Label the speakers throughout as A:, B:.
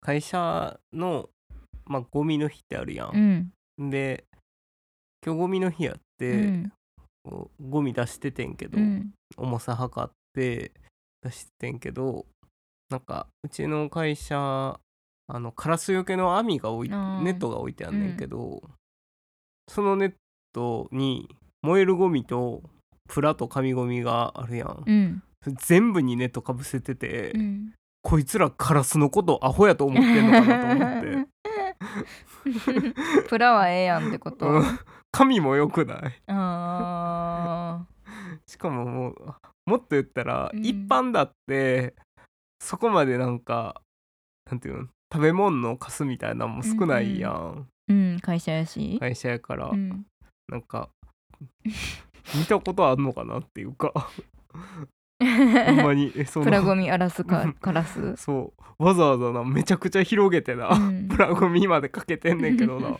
A: 会社の、まあ、ゴミの日ってあるや、
B: うんん
A: で今日ゴミの日やって、
B: うん
A: こうゴミ出しててんけど、
B: うん
A: 重さ測って出しててんけどなんかうちの会社あのカラスよけの網が置い
B: あー
A: ネットが置いてあんねんけど、そのネットに燃えるゴミとプラと紙ゴミがあるやん、
B: うん
A: 全部にネットかぶせてて、
B: うん
A: こいつらカラスのことアホやと思ってんのかなと思って
B: プラはええやんってこと
A: うん紙も良くない
B: あ
A: しかももうもっと言ったら、
B: うん
A: 一般だってそこまでなんかなんていうの食べ物のカスみたいなのも少ないやん、
B: ーうん会社やし、
A: 会社やから、
B: うん、
A: なんか見たことあんのかなっていうか ほんまにえそ
B: プラ
A: の
B: ゴミ荒らすかカラス、
A: そうわざわざなめちゃくちゃ広げてな、
B: うん
A: プラゴミまでかけてんねんけ どな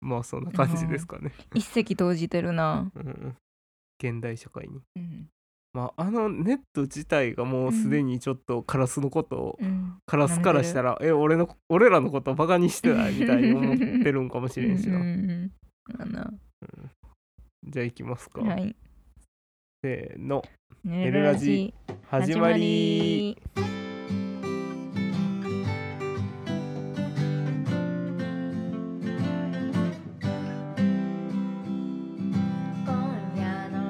A: まあそんな感じですかね、
B: 一石投じてるな、
A: うん、現代社会に
B: うん
A: まああのネット自体がもうすでにちょっとカラスのことを、
B: うん、
A: カラスからしたらえ俺の俺らのことバカにしてないみたいに思ってるんかもしれんし
B: う
A: なん
B: うんうんだ
A: じゃあ行きますか、
B: なはい
A: せーの
B: 寝
A: るラジ始まり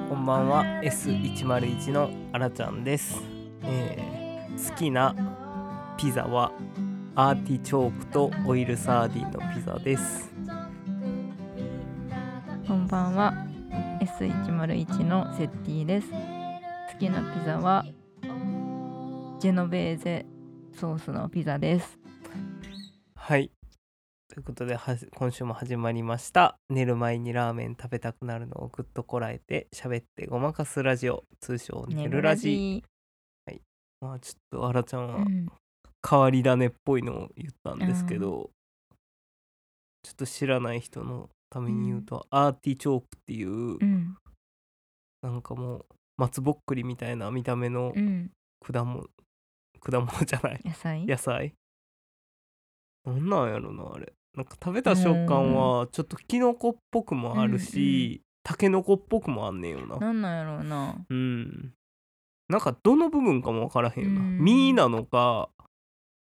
A: こんばんは S101 のあらちゃんです、えー好きなピザはアーティチョークとオイルサーディンのピザです
B: こんばんは S101 のセッティです好きなピザはジェノベーゼソースのピザです
A: はいということではじ今週も始まりました寝る前にラーメン食べたくなるのをぐっとこらえて喋ってごまかすラジオ通称寝るラジまあちょっとあらちゃん
B: う
A: は
B: ん
A: 変わり種っぽいのを言ったんですけど、ちょっと知らない人のために言うと、アーティチョークっていう、
B: うん
A: なんかもう松ぼっくりみたいな見た目の
B: うん
A: 果物、果物じゃない
B: 野菜
A: 野菜なんなんやろなあれなんか食べた食感はちょっとキノコっぽくもある
B: うん
A: し、タケノコっぽくもあんねんよな
B: なんなんやろうな
A: うんなんかどの部分かも分からへんよな、
B: うん
A: 実なのか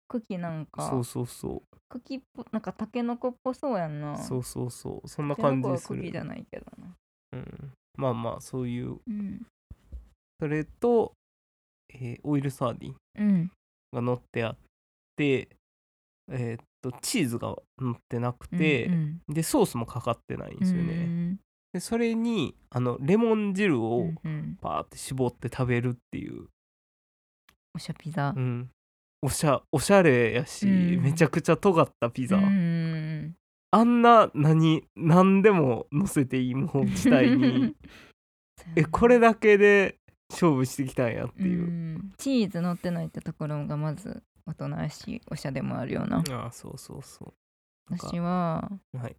B: 茎なんか
A: そうそうそう
B: 茎っぽなんかタケノコっぽそうやんな
A: そうそうそうそんな
B: タケノ
A: 感
B: コ
A: じ
B: は
A: する
B: 茎じゃないけどな
A: うん、まあまあそういう
B: うん
A: それと、えーオイルサーディン
B: うん
A: が乗ってあってえーっとチーズが乗ってなくて、
B: うん
A: でソースもかかってないん
B: うん
A: ですよね、
B: うん
A: でそれにあのレモン汁
B: う
A: を
B: んうん
A: パーって絞って食べるっていう、
B: おしゃピザ
A: うんおしゃおしゃれやし、
B: うん
A: めちゃくちゃ尖ったピザ、
B: うんうん
A: あんな何何でも乗せていいもう地 帯にえこれだけで勝負してきたんやっていう
B: う、んチーズ乗ってないってところがまず大人らしいおしゃでもあるような
A: ああそうそうそうなんか
B: 私は
A: はい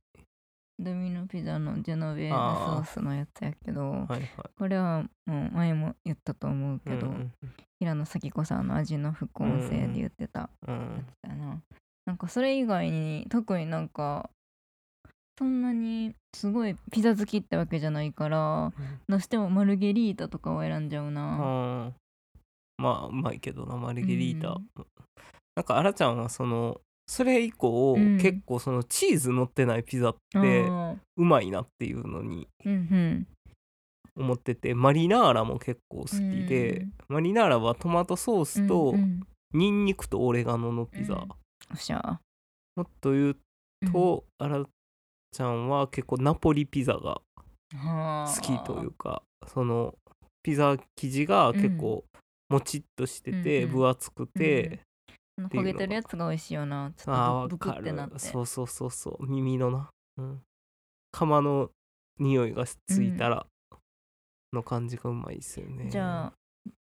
B: ドミノピザのジェノベーゼソ
A: あー
B: ースのやつやけど
A: はいはい
B: これはもう前も言ったと思うけど、
A: うん
B: 平野咲子さんの味の副音声で言ってた
A: うんう
B: や
A: ん
B: つだな、なんかそれ以外に特になんかそんなにすごいピザ好きってわけじゃないから
A: うん
B: どうしてもマルゲリータとかを選んじゃうな
A: あーまあうまいけどなマルゲリータ、
B: うん
A: なんかあらちゃんはそのそれ以降、
B: うん
A: 結構そのチーズ乗ってないピザっ
B: あ
A: て
B: ー
A: うまいなっていうのに
B: うんうん
A: 思っててマリナーラも結構好きで、マリナーラはトマトソースと
B: うんうん
A: ニンニクとオレガノのピザ、
B: うんおっしゃ
A: もっと言うと、あらちゃんは結構ナポリピザが好
B: 好
A: きというかそのピザ生地が結構もちっとしてて、
B: うんうん
A: 分厚くて、っていうのが
B: 焦げてるやつが美味しいよなちょ
A: ああ
B: っ
A: 分
B: とブク
A: か
B: ブクって
A: る
B: なって
A: そうそうそうそう耳のな、うん、釜の匂いがついたらの感じがうまいですよね、
B: じゃあやっ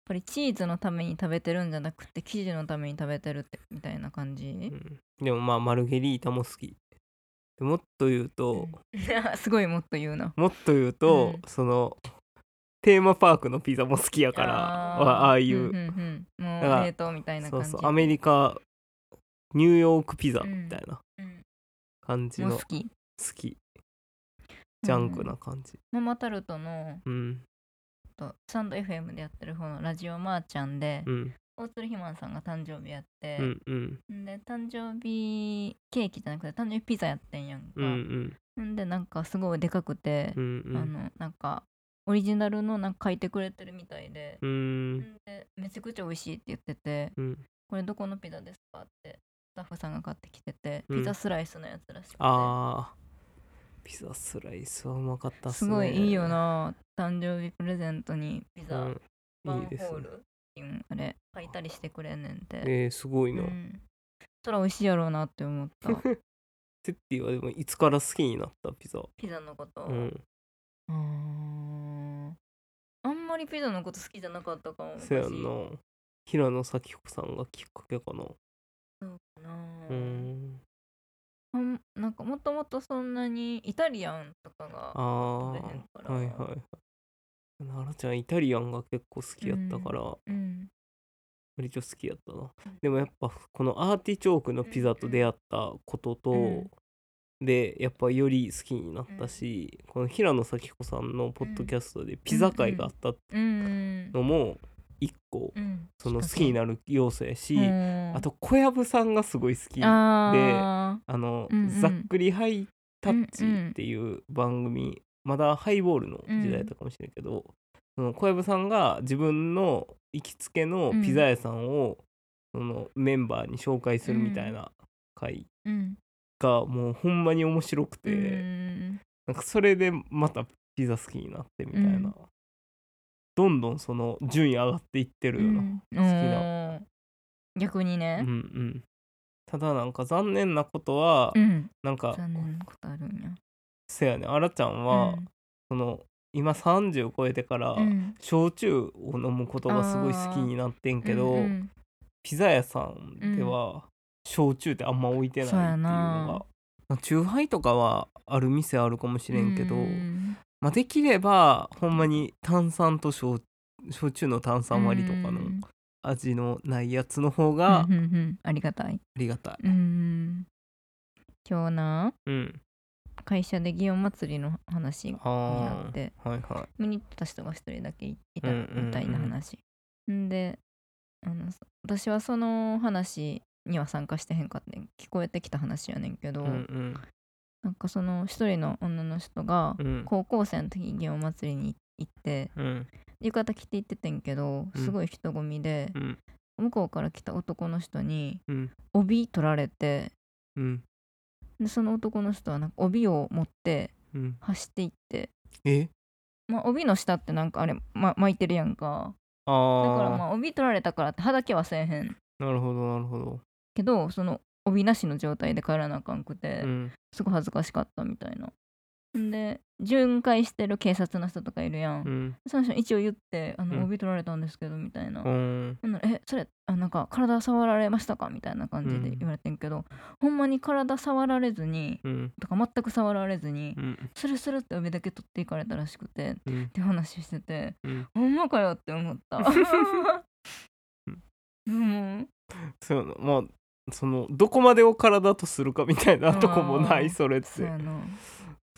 B: ぱりチーズのために食べてるんじゃなくて生地のために食べてるってみたいな感
A: う
B: じ
A: ん、でもまあマルゲリータも好きでもっと言うと、
B: すごいもっと言うな
A: もっと言うと、
B: うん
A: そのテーマパークのピザも好きやからあああいう、
B: んんうん
A: だか
B: もう
A: ら
B: 冷凍みたいな
A: そ
B: 感
A: う
B: じ
A: そうアメリカニューヨークピザみたいな感じ
B: うんも
A: の
B: う
A: 好
B: 好き
A: きジャンクな感じ
B: ママタルトの
A: うん
B: とサンド FM でやってる方のラジオマーちゃんで、
A: うん
B: 大鶴ひまんさんが誕生日やって
A: う、んうん
B: んで誕生日ケーキじゃなくて誕生日ピザやってんやんか、
A: うんうん
B: んでなんかすごいでかくて
A: う、んう
B: あ
A: ん
B: のなんかオリジナルのなんか書いてくれてるみたいで、
A: うん
B: んでめちゃくちゃ美味しいって言ってて
A: うん
B: これどこのピザですかってスタッフさんが買ってきてて、
A: うん
B: ピザスライスのやつらしくて
A: あーピザスライスはうまかったっ
B: す
A: ね
B: ごいいいよな誕生日プレゼントにピ
A: う
B: ザ、
A: ん
B: マン
A: いいです
B: ホー
A: ね
B: ルっていうのあれ書いたりしてくれんねんて、
A: えー、すごいな、
B: うん、そら美味しいやろうなって思っ た
A: セッティはでもいつから好きになったピザ
B: ピザのこと、
A: うん
B: うーんあんまりピザのこと好きじゃなかったかも
A: そや
B: 昔
A: んな平野咲子さんがきっかけかな
B: そうかな
A: うん
B: あんなんかもともとそんなにイタリアンとかが
A: ああ
B: 食べへんから
A: はいはい奈良ちゃんイタリアンが結構好きやったから、
B: うん
A: 割と好きやったな
B: うん
A: でもやっぱこのアーティチョークのピザと出会ったことと、
B: うん
A: でやっぱより好きになったし、この平野咲子さんのポッドキャストでピザ会があった
B: うん
A: のも一個
B: うん
A: その好きになる要素やし、
B: うん
A: あと小籔さんがすごい好きあ
B: あ
A: の、
B: うんうん
A: ざっくりハイタッチっていう番組、まだハイボールの時代だったかもしれないけど、その小籔さんが自分の行きつけのピザ屋さんを、そのメンバーに紹介するみたいな回
B: ーうん
A: がもうほんまに面白くて、
B: うん
A: なんかそれでまたピザ好きになってみたいな、
B: うん
A: どんどんその順位上がっていってるような、
B: うんおー逆に
A: うん
B: ね
A: うん、ただなんか残念なことは、
B: うん
A: なんか
B: 残念なことあるんや
A: せやねあらちゃんは、
B: うん
A: その今30超えてから
B: うん
A: 焼酎を飲むことがすごい好きになってんけど、
B: うんうん
A: ピザ屋さんでは焼酎ってあんま置いてないっていうの
B: そうや
A: が。チューハイとかはある店あるかもしれんけど、
B: うん
A: まあ、できればほんまに炭酸と焼焼酎の炭酸割りとかの
B: うん
A: 味のないやつの方があ
B: うんうんうんありがたい
A: りがたい。
B: うん今日な
A: うん、
B: 会社で祇園祭りの話にな
A: あ
B: って
A: あはいはい。
B: 見に行ってた人が一人だけいた
A: うんうんうん
B: みたいな話、んであのそ私はその話には参加してへんかってん聞こえてきた話やねんけど、
A: うんうん
B: なんかその一人の女の人が
A: うん
B: 高校生の時に祇園祭りに行って
A: うん
B: 浴衣着て行っててんけど
A: うん
B: すごい人混みで、
A: うん
B: 向こうから来た男の人に
A: うん
B: 帯取られて
A: うん
B: でその男の人はなんか帯を持って
A: うん
B: 走っていって
A: え
B: まあ、帯の下ってなんかあれ、ま、巻いてるやんかだから
A: あ
B: まあ帯取られたからって歯だけはせえへん
A: あなるほどなるほど。
B: けどその帯なしの状態で帰らなあかんくて、
A: うん
B: すごい恥ずかしかったみたいなんで巡回してる警察の人とかいるやん、
A: うん
B: その人に一応言って「あの
A: うん
B: 帯取られたんですけど」みたいな。
A: うん
B: ほんならえそれあなんか体触られましたかみたいな感じで言われてんけど、ほんまに体触られずに
A: うん
B: とか全く触られずに、
A: うん
B: スルスルって帯だけ取っていかれたらしくてっ
A: うん
B: て話してて
A: うん
B: ほんまかよって思った。 うん、
A: そうまあそのどこまでを体とするかみたいなとこもな
B: あー
A: いそれっ
B: そう
A: て
B: やな。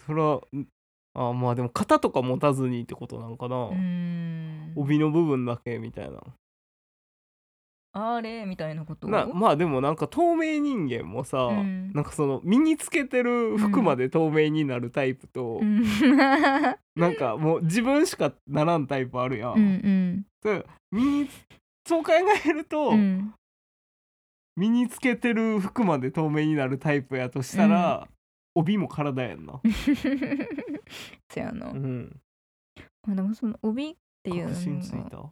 A: それはんあーまあでも肩とか持たずにってことなんかな、
B: うん。
A: 帯の部分だけみたいな
B: あれみたいなこと。
A: なまあでもなんか透明人間もさ、
B: うん
A: なんかその身につけてる服まで透明になるタイプと、
B: うん。
A: なんかもう自分しかならんタイプあるや
B: うん
A: ん。
B: うん
A: そう身にそう考えると、
B: うん。
A: 身につけてる服まで透明になるタイプやとしたら、帯も体やんな。
B: そうやな
A: う。ん、
B: まあでもその帯っていう
A: 確
B: のが
A: 信ついた。
B: う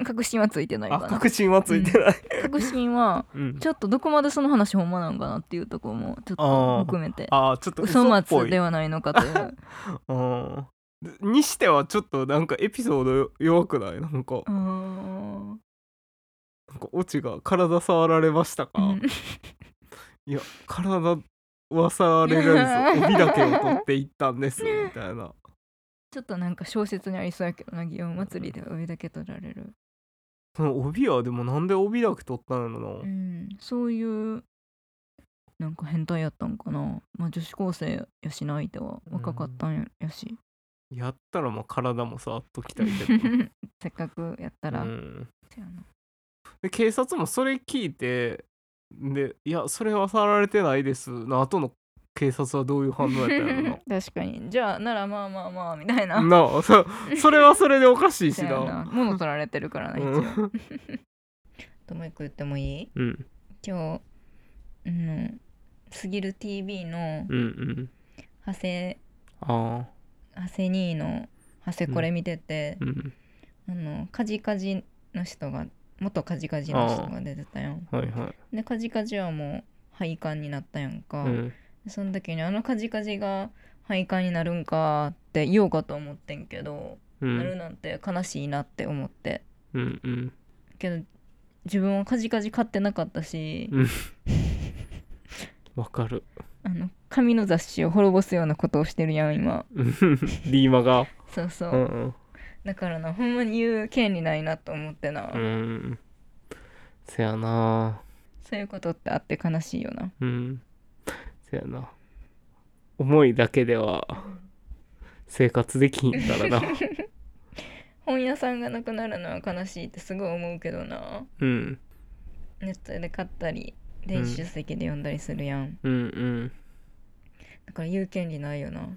B: ん 確信はついてないか
A: あ
B: な。
A: 確信はついてない。
B: 確信は
A: うん
B: ちょっとどこまでその話ほんまなんかなっていうところもちょっ
A: あ
B: と
A: ー
B: 含めて。
A: あーちょっと
B: 嘘
A: 嘘っぽ
B: 松
A: い
B: で。はないのかと いう。
A: うんにしてはちょっとなんかエピソードよ弱くないなんか
B: あー
A: なんかオチが体触られましたか、
B: うん
A: いや体は触れるんです帯だけを取っていったんですみたいな
B: ちょっとなんか小説にありそうやけどな祇園祭りで上だけ取られる、
A: その帯はでもなんで帯だけ取ったのな、
B: うん、そういうなんか変態やったんかなまあ女子高生やしな相手は若かったんややし、
A: やったらもう体もさっときたいけ ど
B: せっかくやった
A: う
B: ら、
A: ん、
B: せやな
A: で警察もそれ聞いてでいやそれは触られてないですの後の警察はどういう反応やったんやろ
B: 確かにじゃあならまあまあま あみたい
A: な
B: な
A: なあそそれはそれでおかしいし
B: せや
A: な
B: な物取られてるからな一
A: う
B: 応
A: ん
B: ともいく言ってもいい
A: うん
B: 今日うんすぎる TV の
A: うんうん
B: 長谷
A: ああ
B: 長谷兄の長谷これ見てて
A: う、ん
B: あのカジカジの人が元カジカジの人が出てたやん
A: はいはい
B: でカジカジはもう廃刊になったやんか、
A: うん
B: その時にあのカジカジが廃刊になるんかって言おうかと思ってんけど、
A: う
B: なる
A: ん
B: なんて悲しいなって思って
A: うんうん
B: けど自分はカジカジ買ってなかったし、
A: うんわかる
B: あの紙の雑誌を滅ぼすようなことをしてるやん今
A: うんリーマが
B: そうそう、
A: うんうん
B: だからなほんまに言う権利ないなと思ってな、
A: うんせやな
B: そういうことってあって悲しいよな
A: うんせやな思いだけでは生活できひんから な
B: 本屋さんがなくなるのは悲しいってすごい思うけどな
A: うん
B: ネットで買ったり電子書籍で読んだりするやん、
A: うんうん
B: だから言う権利ないよな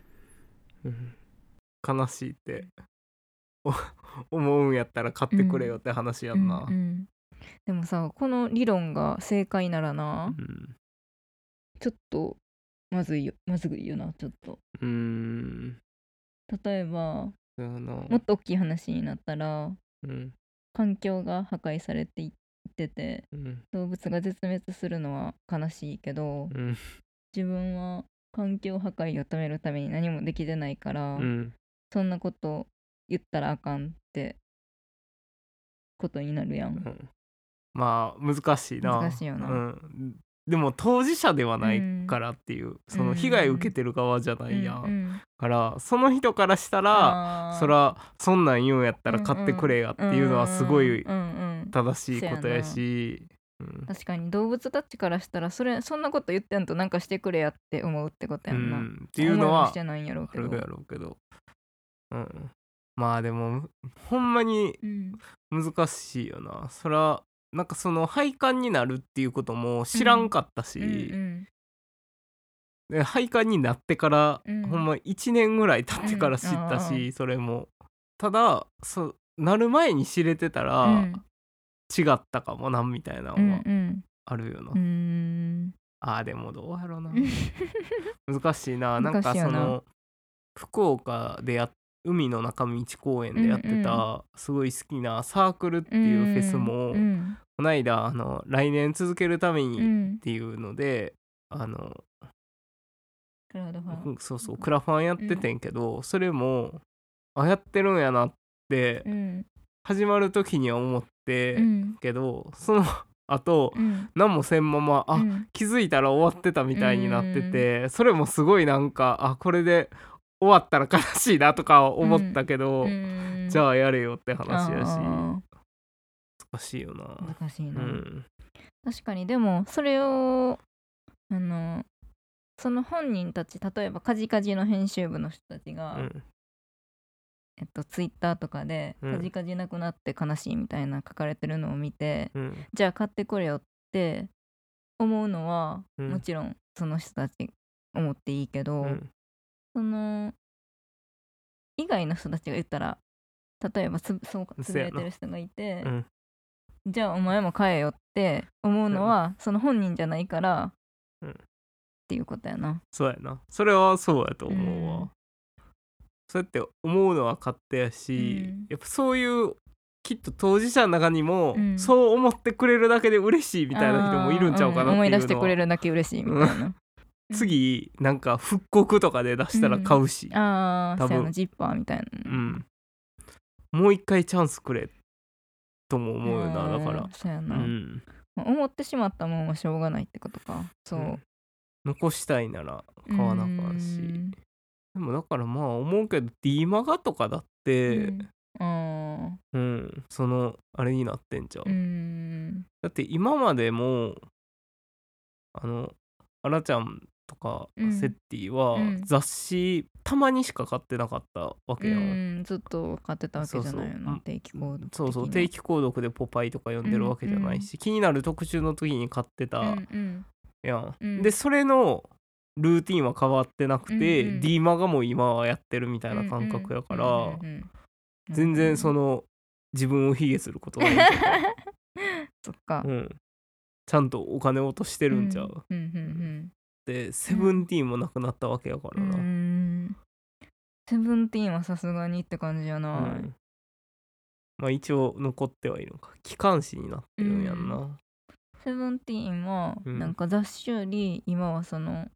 A: うん悲しいってお思うんやったら買ってくれよって話やんな
B: うんうんでもさこの理論が正解なら
A: う
B: な、
A: ん
B: ちょっとまずいよまずいよなちょっと
A: うん
B: 例えば
A: せやな
B: もっと大きい話になったら
A: うん
B: 環境が破壊されていってて
A: うん
B: 動物が絶滅するのは悲しいけど
A: うん
B: 自分は環境破壊を止めるために何もできてないから、
A: うん
B: そんなこと言ったらあかんってことになるやん、
A: うんまあ難しいな
B: 難しいよな
A: うん、でも当事者ではないからっていう、その被害受けてる側じゃないやん、
B: うんうん
A: からその人からしたら
B: あー
A: そらそんなん言うんやったら買ってくれやっていうのはすごい
B: うんうん
A: 正しいことやし、うん
B: 確かに動物たちからしたらそれそんなこと言ってんとなんかしてくれやって思うってことやんな、
A: う
B: っ
A: んっていうのは
B: してないんやろう
A: あ
B: けど
A: るやろうけど、うん、まあでもほんまに
B: うん
A: 難しいよなそらなんかその廃刊になるっていうことも知らんかったし、
B: うん
A: で廃刊になってから、
B: うん
A: ほんま1年ぐらい経ってから知ったし、
B: うん
A: それもただそなる前に知れてたら、
B: うん
A: 違ったかもなみたいな
B: うんう
A: のは
B: ん
A: あるよな、
B: う んうん
A: あーでもどうやろうな
B: うん
A: 難しいななん
B: 難
A: か
B: しいよ
A: そ
B: な
A: の福岡でや海の中道公園でやってた、
B: うん
A: すごい好きなサークルっていうフェスも、
B: うん
A: こないだあの来年続けるため
B: う
A: にっ
B: ん
A: ていうので、あの
B: クラウドファン
A: うんそうそうクラファンやっててんけど、それもあやってるんやなって
B: うん
A: 始まる時には思って、
B: うん
A: けどその後
B: うん
A: 何もせんままあ、
B: うん
A: 気づいたら終わってたみたいになってて、それもすごいなんかあこれで終わったら悲しいなとか思ったけど、
B: うん
A: じゃあやれよって話やし
B: あ
A: 難しいよな
B: ー。難しいうな、
A: ん
B: 確かにでもそれをあのその本人たち例えばカジカジの編集部の人たち
A: う
B: が、
A: ん
B: えっと、ツイッターとかで、
A: うん
B: カジカジなくなって悲しいみたいな書かれてるのを見て、
A: うん
B: じゃあ買ってこれよって思うのは、
A: うん
B: もちろんその人たち思っていいけど、
A: うん
B: その以外の人たちが言ったら例えばつそうか
A: せ
B: つぶ
A: や
B: れ
A: な
B: てる人がいて、
A: うん
B: じゃあお前も買えよって思うのはその本人じゃないから、
A: うん
B: っていうことやな。
A: そうやなそれはそうやと思うわ、
B: うん
A: そうやって思うのは勝手やし、
B: うん
A: やっぱそういうきっと当事者の中にも、
B: うん
A: そう思ってくれるだけで嬉しいみたいな人もいるんちゃうかなっていうのは、
B: ん思い出してくれるだけ嬉しいみたいな。
A: 次なんか復刻とかで出したら買うし、
B: ああ
A: 多分
B: そうやなジッパーみたいな。
A: うん、もう一回チャンスくれとも思うよなだから
B: ん、そうや
A: う
B: な、
A: ん
B: まあ思ってしまったもんはしょうがないってことかそう、
A: うん残したいなら買わなあかんし
B: うん
A: でもだからまあ思うけど D マガとかだって、
B: うん
A: うんそのあれになってんじゃん、
B: うーん
A: だって今までもあのあらちゃんとか
B: うん
A: セッティは
B: うん
A: 雑誌たまにしか買ってなかったわ
B: う
A: けやん、
B: んずっと買ってたわけじゃないよ
A: そうそう
B: な定期購読的な
A: そうそう定期購読で「ポパイ」とか読んでるわけじゃないし、気になる特集の時に買って
B: う
A: た
B: んうん
A: やん、
B: うん
A: でそれのルーティンは変わってなくて、
B: うんうん
A: D マガも今はやってるみたいな感覚やから、
B: うんうんうんうん
A: 全然その自分を卑下することないん だけ
B: そっか
A: ど、うん、ちゃんとお金落としてるんちゃう、
B: うんうん
A: でセブンティーンもなくなったわけやか
B: う
A: ら
B: んう
A: な、
B: んセブンティーンはさすがにって感じや
A: う
B: なん
A: まあ一応残ってはいるのか機関誌になってるんやんな、
B: うセブンティーンは
A: うん
B: なんか雑誌より今はその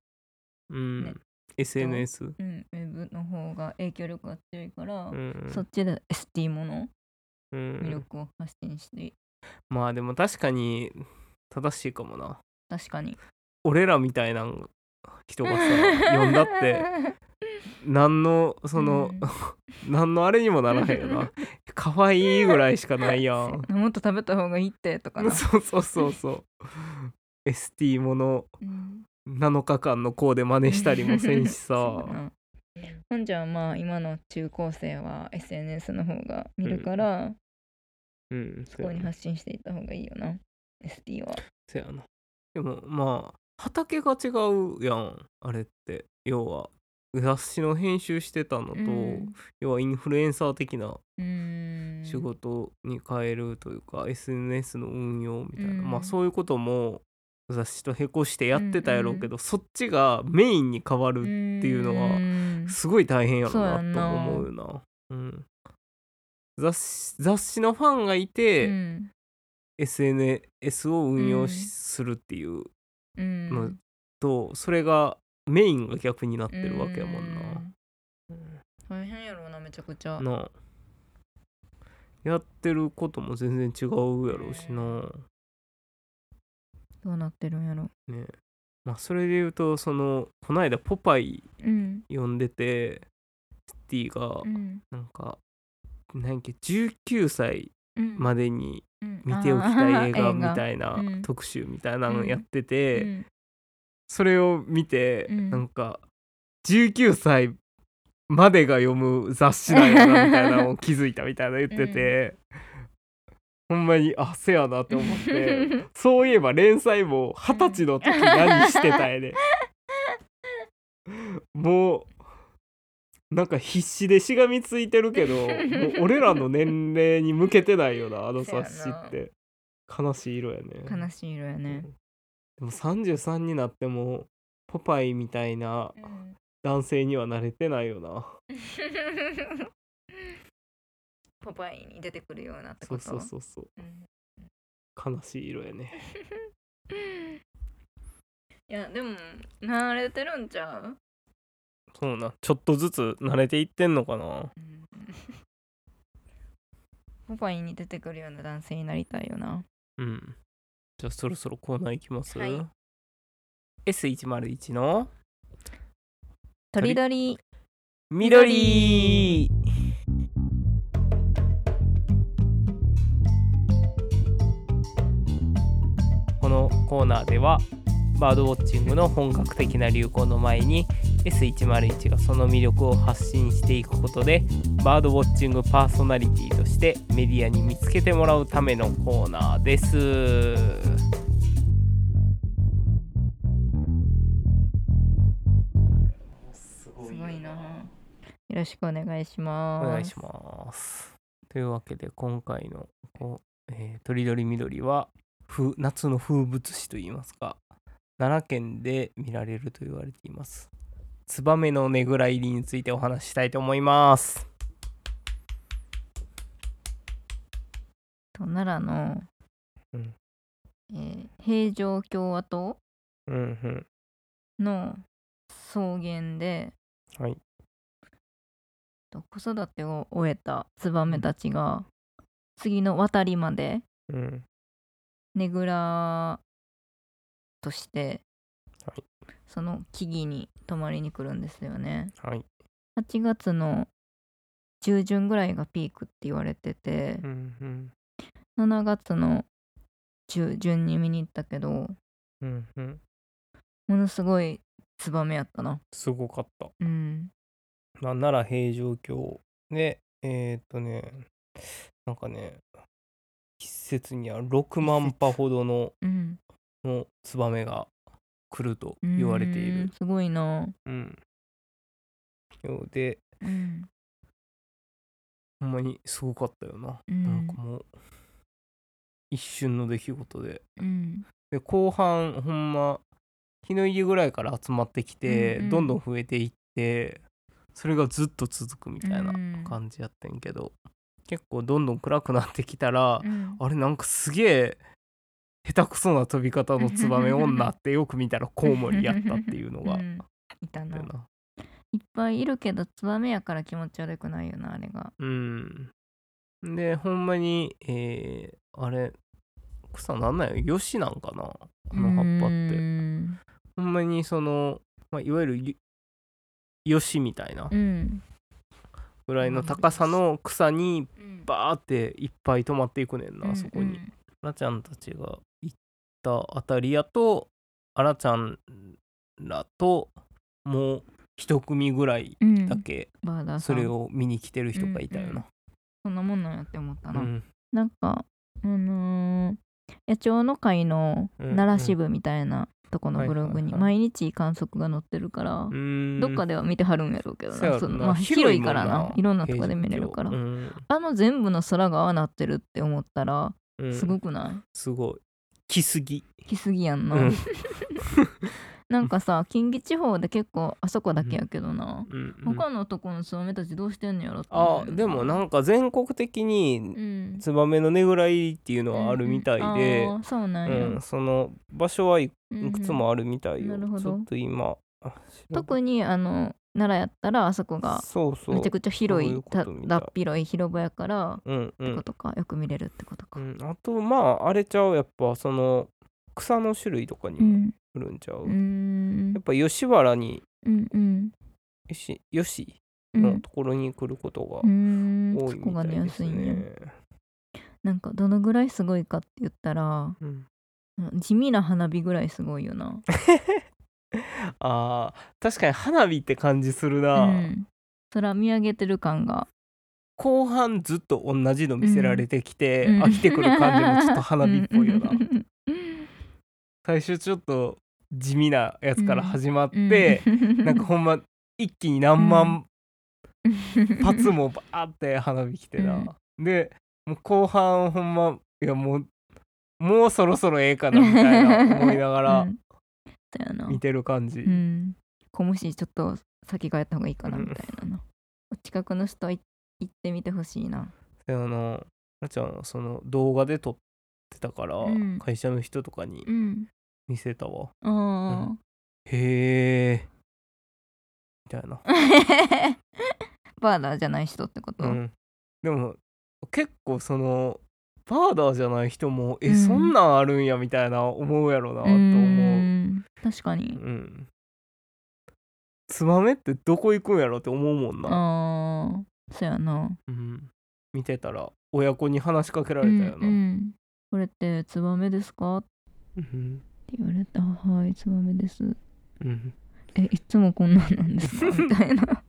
A: うん
B: ね
A: SNS、
B: うんウェブの方が影響力が強いから
A: うん
B: そっちで ST もの
A: うん
B: 魅力を発信して
A: まあでも確かに正しいかもな
B: 確かに
A: 俺らみたいな人がさ呼んだって 何のその、何のあれにもならへんよ な可愛いぐらいしかないやん
B: もっと食べた方がいいってとかな、
A: そうそうそうそう ST もの
B: うん
A: 7日間のコーデ真似したりもせんし
B: そ
A: さ
B: うやなほんじゃあまあ今の中高生は SNS の方が見るから、
A: うん
B: そ
A: そう
B: こ
A: や
B: に
A: な
B: 発信していった方がいいよな ST は
A: そうやなでもまあ畑が違うやんあれって要は雑誌の編集してたのと、
B: うん
A: 要はインフルエンサー的な
B: うん
A: 仕事に変えるというか、SNS の運用みたいな、
B: うん
A: まあそういうことも雑誌と並行してやってたやろうけど、そっちがメインに変わ
B: て
A: る
B: い
A: ていうのは
B: は
A: すごい大変やろ
B: そうやん
A: な
B: な
A: と思うよな。うん、雑誌雑誌のファンがいて、
B: うん、
A: SNS を運用し
B: うん
A: するっていう
B: うん
A: のと、それがメインが逆になってるわけやもんな。うん
B: 大変やろうなめちゃくちゃ
A: なあやってることも全然違うやろうしな
B: どうなってるんやろ
A: ねまあそれで言うとそのこないだ「ポパイ
B: うん」
A: 読んでてスティが
B: うん
A: なんか何やっけ19歳
B: うん
A: までに
B: うん
A: 見ておきたい映
B: あ
A: 画
B: ー
A: みたいな
B: うん
A: 特集みたいなのやってて、
B: うん
A: それを見て、
B: うん
A: なんか19歳までが読む雑誌なんやなみたい なのを気づいたみたいな言ってて、ほんまにあせやなって思 ってそういえば連載も二十歳の時何してたやで、もうなんか必死でしがみついてるけどもう俺らの年齢に向けてないよなあの雑誌って悲しい色やね
B: 悲しい色やね
A: う、んでも33になってもポパイみたいな男性にはなれてないよな、
B: ポパイに出てくるようなって
A: そ
B: こ
A: う
B: と
A: そうそうそう
B: うん
A: 悲しい色やね
B: いやでも慣れてるんちゃう、
A: そうなちょっとずつ慣れていってんのかな
B: ポパイに出てくるような男性になりたいよな
A: うんじゃあそろそろコーナーいきます、
B: はい
A: S101 の
B: 鳥
A: 鳥
B: 鳥
A: 緑このコーナーではバードウォッチングの本格的な流行の前に S101 がその魅力を発信していくことでバードウォッチングパーソナリティとしてメディアに見つけてもらうためのコーナーです。す
B: すごいなよろしくお願いします
A: お願いします。というわけで今回のこう、えー、鳥取緑はふ夏の風物詩といいますか奈良県で見られると言われていますツバメのねぐら入りについてお話ししたいと思います
B: と奈良の、
A: うん
B: えー平城京和島
A: うんうん
B: の草原で
A: はい
B: と子育てを終えたツバメたちが次の渡りまで
A: うん
B: ねぐらとして、
A: はい
B: その木々に泊まりに来るんですよね。
A: はい
B: 8月の中旬ぐらいがピークって言われてて、
A: うんうん
B: 7月の中旬に見に行ったけど
A: うんうん
B: ものすごいツバメやったな
A: すごかった
B: うん
A: なんなら平城京でえー、っとねなんかね一説には6万羽ほどの
B: うん
A: のツバメが来ると言われていうる
B: んすごいな
A: うんようで
B: うん
A: ほんまにすごかったよな、
B: うん
A: なんかもう一瞬の出来事で
B: うん
A: で後半ほんま日の入りぐらいから集まってきて、
B: うんうん
A: どんどん増えていってそれがずっと続くみたいな
B: うん
A: 感じやってんけど、結構どんどん暗くなってきたら、
B: うん
A: あれなんかすげえ下手くそな飛び方のツバメ女ってよく見たらコウモリやったっていうのがあ
B: う
A: っ
B: んいた
A: て
B: な
A: な。
B: いっぱいいるけどツバメやから気持ち悪くないよなあれが
A: うん。で、ほんまに、えーあれ、草なんなんやヨシなんかなあの葉っぱって。
B: うん
A: ほんまにその、まあ、いわゆるゆヨシみたいな
B: うん
A: ぐらいの高さの草に
B: うん
A: バーっていっぱい止まっていくねんな、あそこに。
B: うん
A: あらちゃんたちが行ったあたりやと、あらちゃんらと、もう一組ぐらい
B: うん
A: だけ、
B: バーダーさん
A: それを見に来てる人がいたよな。
B: そんなもんなんやって思った
A: う
B: な、
A: ん。
B: なんかあのー野鳥の会の
A: うんうん
B: 奈良支部みたいなとこのブログに
A: はいは
B: 毎日観測が載ってるから、
A: うん
B: どっかでは見てはるんやろうけど
A: そうや
B: な
A: ろ
B: その
A: な
B: まあ、広い
A: も
B: からないろんなとこで見れるから、あの全部の空が泡なってるって思ったらすご
A: く
B: くない、
A: すごい来すぎ
B: 来すぎやんな、
A: うん
B: なんかさ近畿地方で結構あそこだけやけどな、
A: うん
B: 他のとこのツバメたちどうしてんのやろって思
A: あ
B: うよ
A: でもなんか全国的
B: う
A: に
B: ん
A: ツバメのねぐらいっていうのはあるみたいで、
B: うんうんあーそうな
A: うん
B: や、
A: んその場所はい
B: うんうん
A: くつもあるみたいよ、
B: なるほど
A: ちょっと今
B: 特にあの奈良やったらあそこが
A: そうそう
B: めちゃくちゃ広
A: そうい
B: いう
A: こと
B: た
A: みたい
B: だっ広い広場やから
A: うんう
B: って
A: ん
B: ことか、よく見れるってことか
A: う。ん、あとまああれちゃうやっぱその草の種類とかに
B: う
A: も
B: ん
A: くるんちゃう、
B: う
A: や
B: ーん
A: っぱ吉原に
B: うんうん
A: 吉吉
B: う
A: の
B: ん
A: ところに来ることが
B: うーん
A: 多い
B: そこ
A: みた
B: が
A: い
B: 出や
A: ですす
B: いんや
A: ね。
B: なんかどのぐらいすごいかって言ったら
A: うん
B: 地味な花火ぐらいすごいよな。
A: あー確かに花火って感じするな、
B: うん、空見上げてる感が。
A: 後半ずっと同じの見せられてきて、
B: うん
A: 飽きてくる感じもちょっと花火っぽいよな、
B: うんうん
A: 最初ちょっと地味なやつから始まっ
B: うん
A: て、
B: うん
A: なんかほんま一気に何万発も
B: も
A: バーって花火きてな、でもう後半ほんまいやもうもうそろそろええかなみたいな思いながら
B: だよな。
A: 見てる感じ、
B: うん、小虫ちょっと先帰った方がいいかなみたいなな、お近くの人はい行ってみてほしいな
A: であのなっちゃんその動画で撮ってたから、
B: うん
A: 会社の人とかに
B: うん
A: 見せたわ、
B: ああ、
A: へえみたいな、
B: バーダーじゃない人ってこと、
A: うんでも結構そのバーダーじゃない人もえ、
B: うん
A: そんなんあるんやみたいな思うやろな
B: う
A: と思ううん
B: ん確かに、
A: ツバメってどこ行くんやろって思うもんな、
B: ああそうやな
A: うん見てたら親子に話しかけられたよな、
B: うんうんこれってツバメですかっ
A: うん
B: て言われたはいツバメです
A: うん
B: えいつもこんなんなん ですかみたいな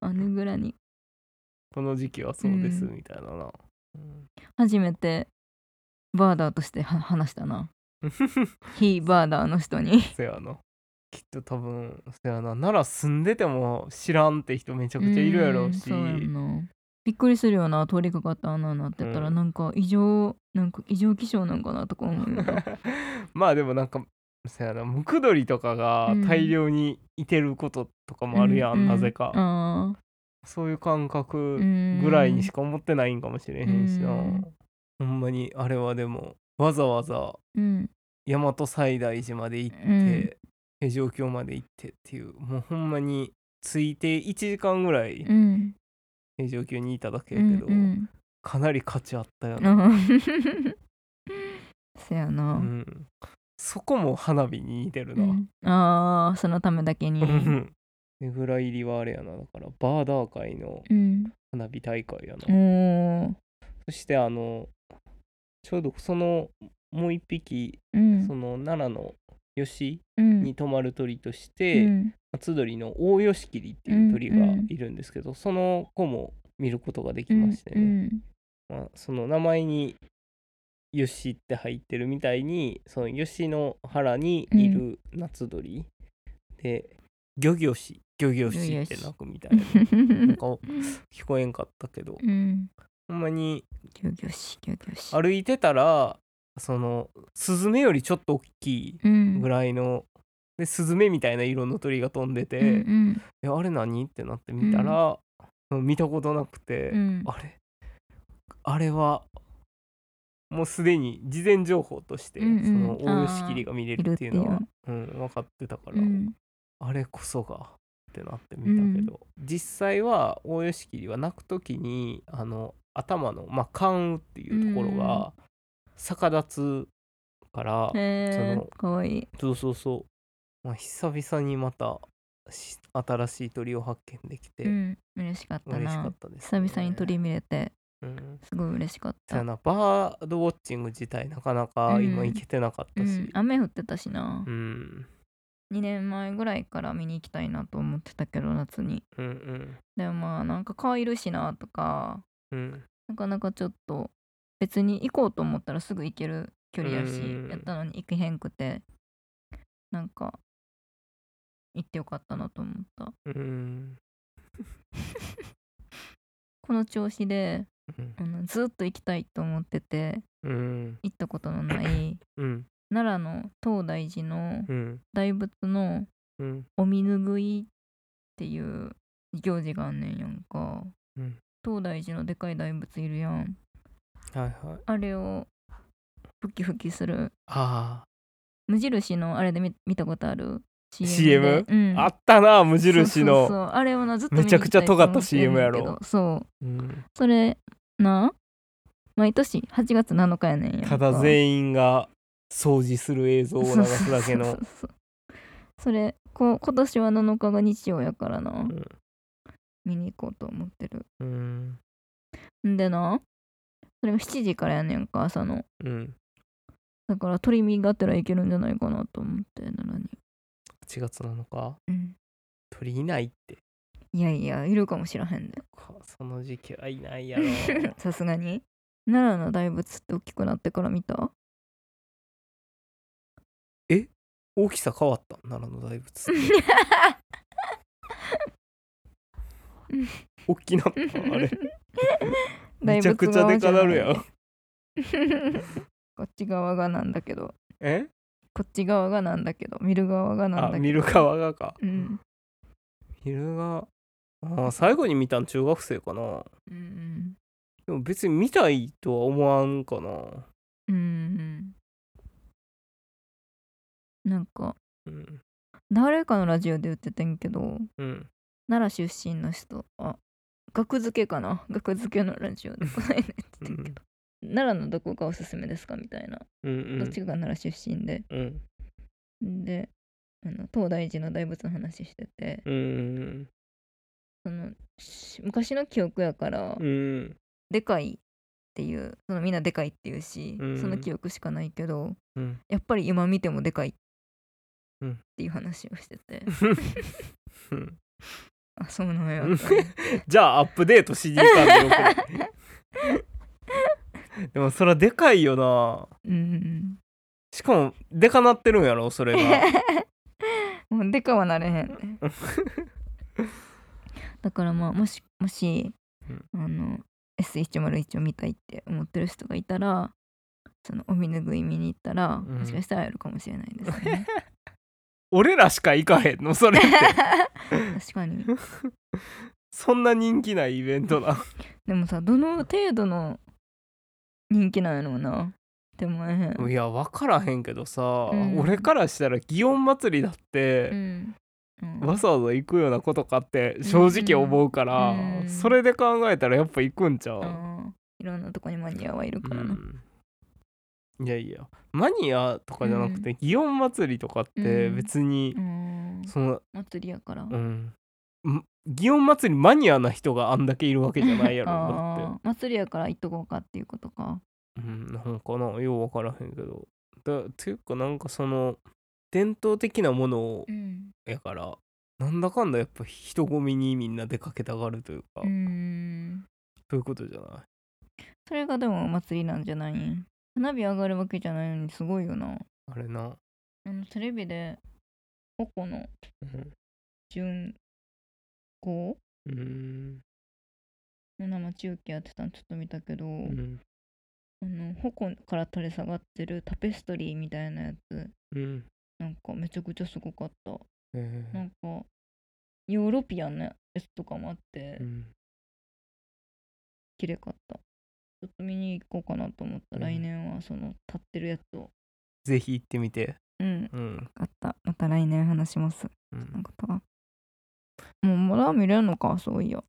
B: あのぐらいに
A: この時期はそうです
B: うん
A: みたいなな、うん
B: 初めてバーダーとしては話したな非バーダーの人に
A: せやなきっと多分せやな奈良住んでても知らんって人めちゃくちゃいるやろうし
B: んそうやんなびっくりするよな通りかかった穴になってたら、
A: うん
B: なんか異常なんか異常気象なんかなとか思うよな
A: まあでもなんかせやなムクドリとかが
B: うん
A: 大量にいてることとか もあるやん、
B: う
A: なぜか、
B: あ
A: そういう感
B: ー
A: 覚ぐらいにし
B: か
A: か思ってないんかもしれへんしな、
B: うん
A: ほんまにあれはでもわざわざ
B: うん
A: 大和西大寺まで行っ
B: うん
A: て、平城京まで行ってっていうもうほんまに着いて1時間ぐらい
B: うん
A: 平城京にいただけ
B: う
A: やけど、
B: ん
A: かなり価値あったよ
B: う
A: な、
B: ん せやな、
A: うんそこも花火に似てる
B: う
A: な、
B: んあーそのためだけに
A: うんねぐら入りはあれやなだからバーダー界の
B: うん
A: 花火大会やな、
B: おー
A: そしてあのちょうどそのもう一匹、
B: うん
A: その奈良の吉
B: うん
A: に泊まる鳥とし
B: う
A: て、
B: ん
A: 松鳥のオオヨシキリっていう鳥がいるんですけど、その子も見ることができましてね、
B: うん
A: まあ、その名前に「ヨシ」って入ってるみたいにそのヨシの腹にいる夏鳥、で「漁業士漁業士」って鳴くみたいななんか聞こえんかったけど
B: うん
A: ほんまに
B: 漁業士漁業士
A: 歩いてたらそのスズメよりちょっと大きい
B: うん
A: ぐらいの、でスズメみたいな色の鳥が飛んでて「
B: うん
A: えあれ何?」ってなって見たら、うん見たことなくて。
B: うんうん
A: あれあれはもうすでに事前情報として、
B: うんうん
A: その大
B: あー
A: 吉切りが見れるっていうの
B: い
A: は
B: るっ
A: うん、分かってたから、
B: うん
A: あれこそがってなってみたけど、実際は大吉切りは泣く時にあの頭の、まあ、関羽っていうところが逆立つから、
B: へ
A: そ
B: ー
A: の
B: かわいい
A: そうそうそう、まあ、久々にまたし新しい鳥を発見できて、
B: うん嬉しかった
A: 嬉しか
B: な
A: ったです、
B: 久々に取り見れて
A: うん
B: すごい嬉しかっ
A: そうや
B: た
A: なバードウォッチング自体なかなか今
B: うん
A: 行けてなかっ
B: う
A: たし
B: ん、雨降ってたしな
A: うん、うん
B: 2年前ぐらいから見に行きたいなと思ってたけど夏に
A: うんうん
B: でもまあなんか顔いるしなとか
A: うん
B: なかなかちょっと別に行こうと思ったらすぐ行ける距離やし
A: うん
B: やったのに行けへんくてなんか行ってよかったなと思った
A: うん
B: この調子であのずっと行きたいと思ってて
A: うん
B: 行ったことのない
A: うん
B: 奈良の東大寺の
A: うん
B: 大仏の
A: うん
B: お身拭いっていう行事があんねんやんか、
A: うん
B: 東大寺のでかい大仏いるやん
A: はいはい
B: あれをふきふきする
A: あ
B: 無印のあれで見見たことある
A: CM
B: でうん、
A: ーあったな無印の
B: そうそうそうあれをなずっと見
A: めちゃくちゃ尖った
B: に行きいと思てんねんけど
A: CM やろ
B: そう
A: うん
B: それな毎年8月7日やねんやんか
A: ただ全員が掃除する映像を流すだけ
B: そう
A: の
B: そうそうそうそれこ今年は7日が日曜やからな、
A: ん
B: 見に行こうと思ってる
A: うん
B: んでなそれが7時からやねんか朝の
A: うん
B: だから鳥見がてらいけるんじゃないかなと思って奈良に、
A: 8月なのか
B: うん、
A: 鳥いないって
B: いやいやいるかもしらへんで
A: かその時期はいないやろ
B: さすがに奈良の大仏って大きくなってから 見た
A: 大きさ変わった奈良の大仏って大きなったあ れめちゃくちゃでかなるや
B: ん
A: ん
B: こっち側がなんだけど
A: え
B: こっち側がなんだけど見る側がなんだ
A: あ
B: けど
A: 見る側がか
B: うん
A: 見る側あー最後に見たん中学生かな
B: うん
A: でも別に見たいとは思わんかな
B: うんうんなんか
A: うん
B: 誰かのラジオで言っててんけど
A: うん
B: 奈良出身の人あ学付けかな学付けのラジオでこの間言っててんけど、 奈良のどこがおすすめですかみたいな、
A: うんう
B: どっ
A: ん
B: ちが奈良出身で
A: うん
B: であの東大寺の大仏の話してて
A: うん
B: そのし昔の記憶やから、
A: うん
B: でかいっていうそのみんなでかいっていうし、
A: うん
B: その記憶しかないけど
A: うん
B: やっぱり今見てもでかいっ
A: うん
B: ていう話をしてて、
A: うん
B: あそうなのよ
A: うん じゃあアップデートしに行かんでよくない でもそりゃでかいよな
B: うん
A: しかもでかなってるんやろそれが
B: もうでかはなれへんね だからまあもしもし、
A: うん
B: あの S101 を見たいって思ってる人がいたらそのお見拭い見に行ったら、
A: ん
B: もしかしたら会えるかもしれないです ね
A: 俺らしか行かへんのそれ って
B: 確かに
A: そんな人気ないイベントだ
B: でもさどの程度の人気なんやろうなでもえへん
A: いや分からへんけどさ、
B: うん
A: 俺からしたら祇園祭りだって、
B: んうん
A: わざわざ行くようなことかって正直思うから、
B: うんうん
A: それで考えたらやっぱ行くんちゃう、
B: うんいろんなとこにマニアはいるからな、
A: うんいやいやマニアとかじゃなくて、祇園祭りとかって
B: うん
A: 別に、
B: うん
A: その
B: 祭りやから、
A: うんん祇園祭りマニアな人があんだけいるわけじゃないやろだって
B: ああ祭りやから行っとこうかっていうことか
A: うん、なんかなよう分からへんけどだていうかなんかその伝統的なものを
B: うん
A: やから、なんだかんだやっぱ人混みにみんな出かけたがるというか、
B: うん
A: そういうことじゃない
B: それがでもお祭りなんじゃないん花火上がるわけじゃないのにすごいよな
A: あれな、
B: あのテレビでおこの
A: うん
B: 巡行
A: うん
B: の生中継やってたのちょっと見たけど、
A: うん
B: あの矛から垂れ下がってるタペストリーみたいなやつ
A: うん
B: なんかめちゃくちゃすごかった
A: え
B: なんかヨーロピアンなやつとかもあって、
A: ーうん
B: 綺麗かったちょっと見に行こうかなと思った、
A: うん
B: 来年はその立ってるやつを
A: ぜひ行ってみて、
B: うん
A: うん
B: あったまた来年話します
A: う
B: なん
A: ん
B: かとはもうまだ見れるのかそういや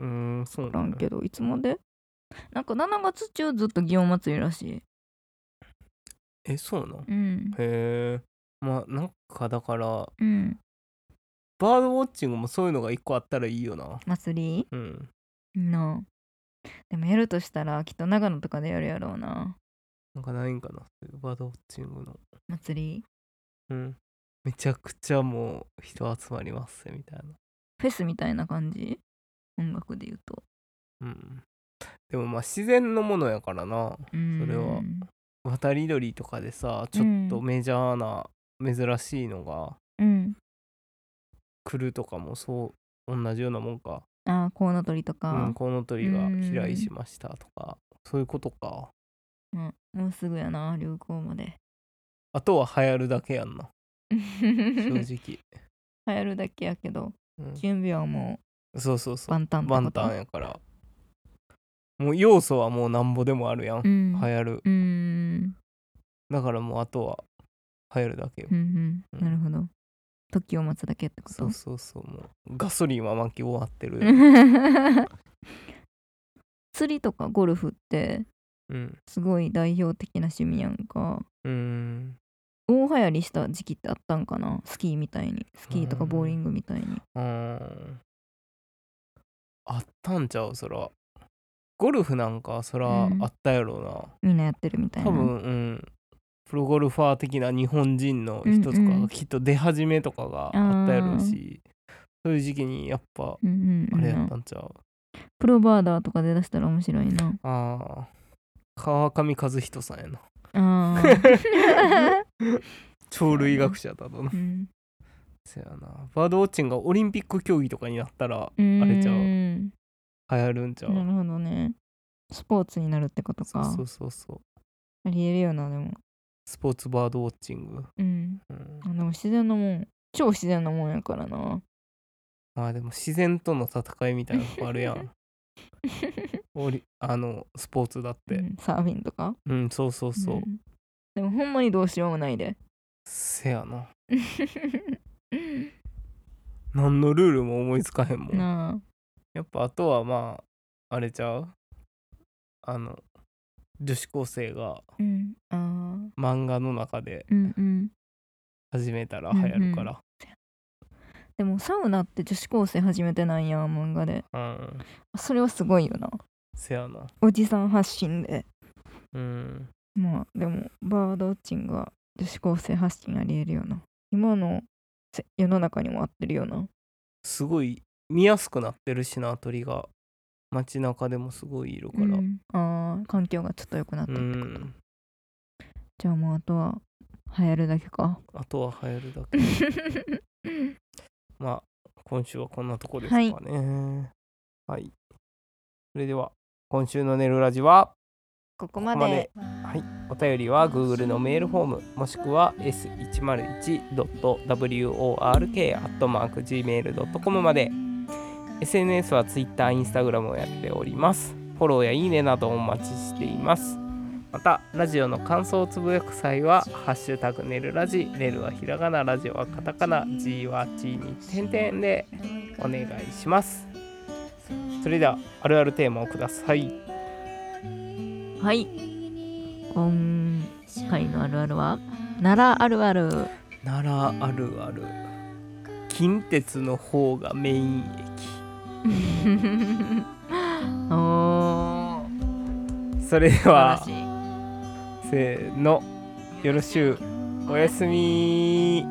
A: うん、そう
B: ら
A: なんんだ
B: けどいつまでなんか7月中ずっと祇園祭りらしい
A: えそうなんへ
B: うん
A: えまあなんかだから
B: うん
A: バードウォッチングもそういうのが一個あったらいいよな
B: 祭
A: うん
B: りなあでもやるとしたらきっと長野とかでやるやろうな
A: なんかないんかなそういうバードウォッチングの
B: 祭り
A: うん、めちゃくちゃもう人集まりますみたいな、
B: フェスみたいな感じ音楽で言うと
A: うん、でもまあ自然のものやからな
B: うん
A: それは渡り鳥とかでさちょっとメジャーな珍しいのが
B: うん
A: 来るとかもそう同じようなもんか、
B: ああコウノトリと
A: う
B: か
A: ん、、コウノトリが飛来しましたとかそういうことか
B: うんもうすぐやな流行まで
A: あとは流行るだけやんな 正
B: 流
A: 直、
B: 行るだけやけど
A: うん、
B: 準備はも
A: そうそうそう
B: う万端ってこと
A: 万端やからもう要素はもうなんぼでもあるやん、
B: うん、
A: 流行る
B: うん
A: だからもうあとは流行るだけよ
B: うん
A: う
B: うんん、なるほど。時を待つだけってこと。
A: そうそうそうもうガソリンは巻き終わってる、
B: 釣りとかゴルフって
A: うん、
B: すごい代表的な趣味やんか。
A: うーん
B: 大流行りした時期ってあったんかなスキーみたいにスキーとかボーリングみたいに
A: うーんあったんちゃうそらゴルフなんかそら
B: うん
A: あったやろう
B: みんなやってるみた
A: な、
B: い
A: 多
B: な
A: 分うんプロゴルファー的な日本人の人とか
B: うんう
A: が
B: ん
A: きっと出始めとかがあったやろうし、そういう時期にやっぱ
B: うんうんうん
A: あれやっ
B: な
A: たんちゃう、
B: プロバーダーとかで出したら面白い な
A: あー川上和人さんやな
B: あー、
A: 鳥類学者だとな
B: うん、
A: そやなバードウォッチングがオリンピック競技とかになったら
B: あ
A: れちゃう
B: うん
A: 流行るんちゃう
B: なるほどねスポーツになるってこと
A: そう
B: か
A: そうそうそう
B: ありえるよなでも
A: スポーツバードウォッチング、
B: うん
A: うん
B: あでも自然のもん超自然なもんやからな
A: まあでも自然との戦いみたいなとこあるやん オリあのスポーツだって
B: うんサーフィンとか
A: うん、そうそうそう、
B: んでもほんまにどうしようもないで
A: せやな何のルールも思いつかへんもん
B: な
A: やっぱあとはまああれちゃうあの女子高生が
B: あうんあー
A: 漫画の中で
B: うんうん
A: 始めたら流行るから
B: でもサウナって女子高生始めてないやん漫画で
A: うん、
B: それはすごいよな
A: せやな
B: おじさん発信で
A: うん
B: まあでもバードウォッチングは女子高生発信ありえるよな今のせ世の中にも合ってるよな
A: すごい見やすくなってるしな鳥が街中でもすごいいるから、
B: うんあー環境がちょっと良くなった
A: う
B: ってこと、
A: ん、
B: じゃあもうあとは流行るだけか
A: あとは流行るだけまあ今週はこんなとこですかねはい、それでは今週の「ネルラジは
B: ここま
A: ここま
B: で
A: ではい、お便りは Google のメールフォームもしくは s101.work.gmail.com まで SNS は Twitter、Instagram をやっておりますフォローやいいねなどお待ちしていますまたラジオの感想をつぶやく際は「ハッシュタグねるラジ」「ねるはひらがなラジオはカタカナ G は G に点々」でお願いしますそれではあるあるテーマをください
B: はい今 回のあるあるは奈良あるある
A: ならあるある近鉄の方がメイン
B: おお
A: 駅それで
B: 素晴ら
A: は
B: しい
A: せーのよろしゅうおやすみ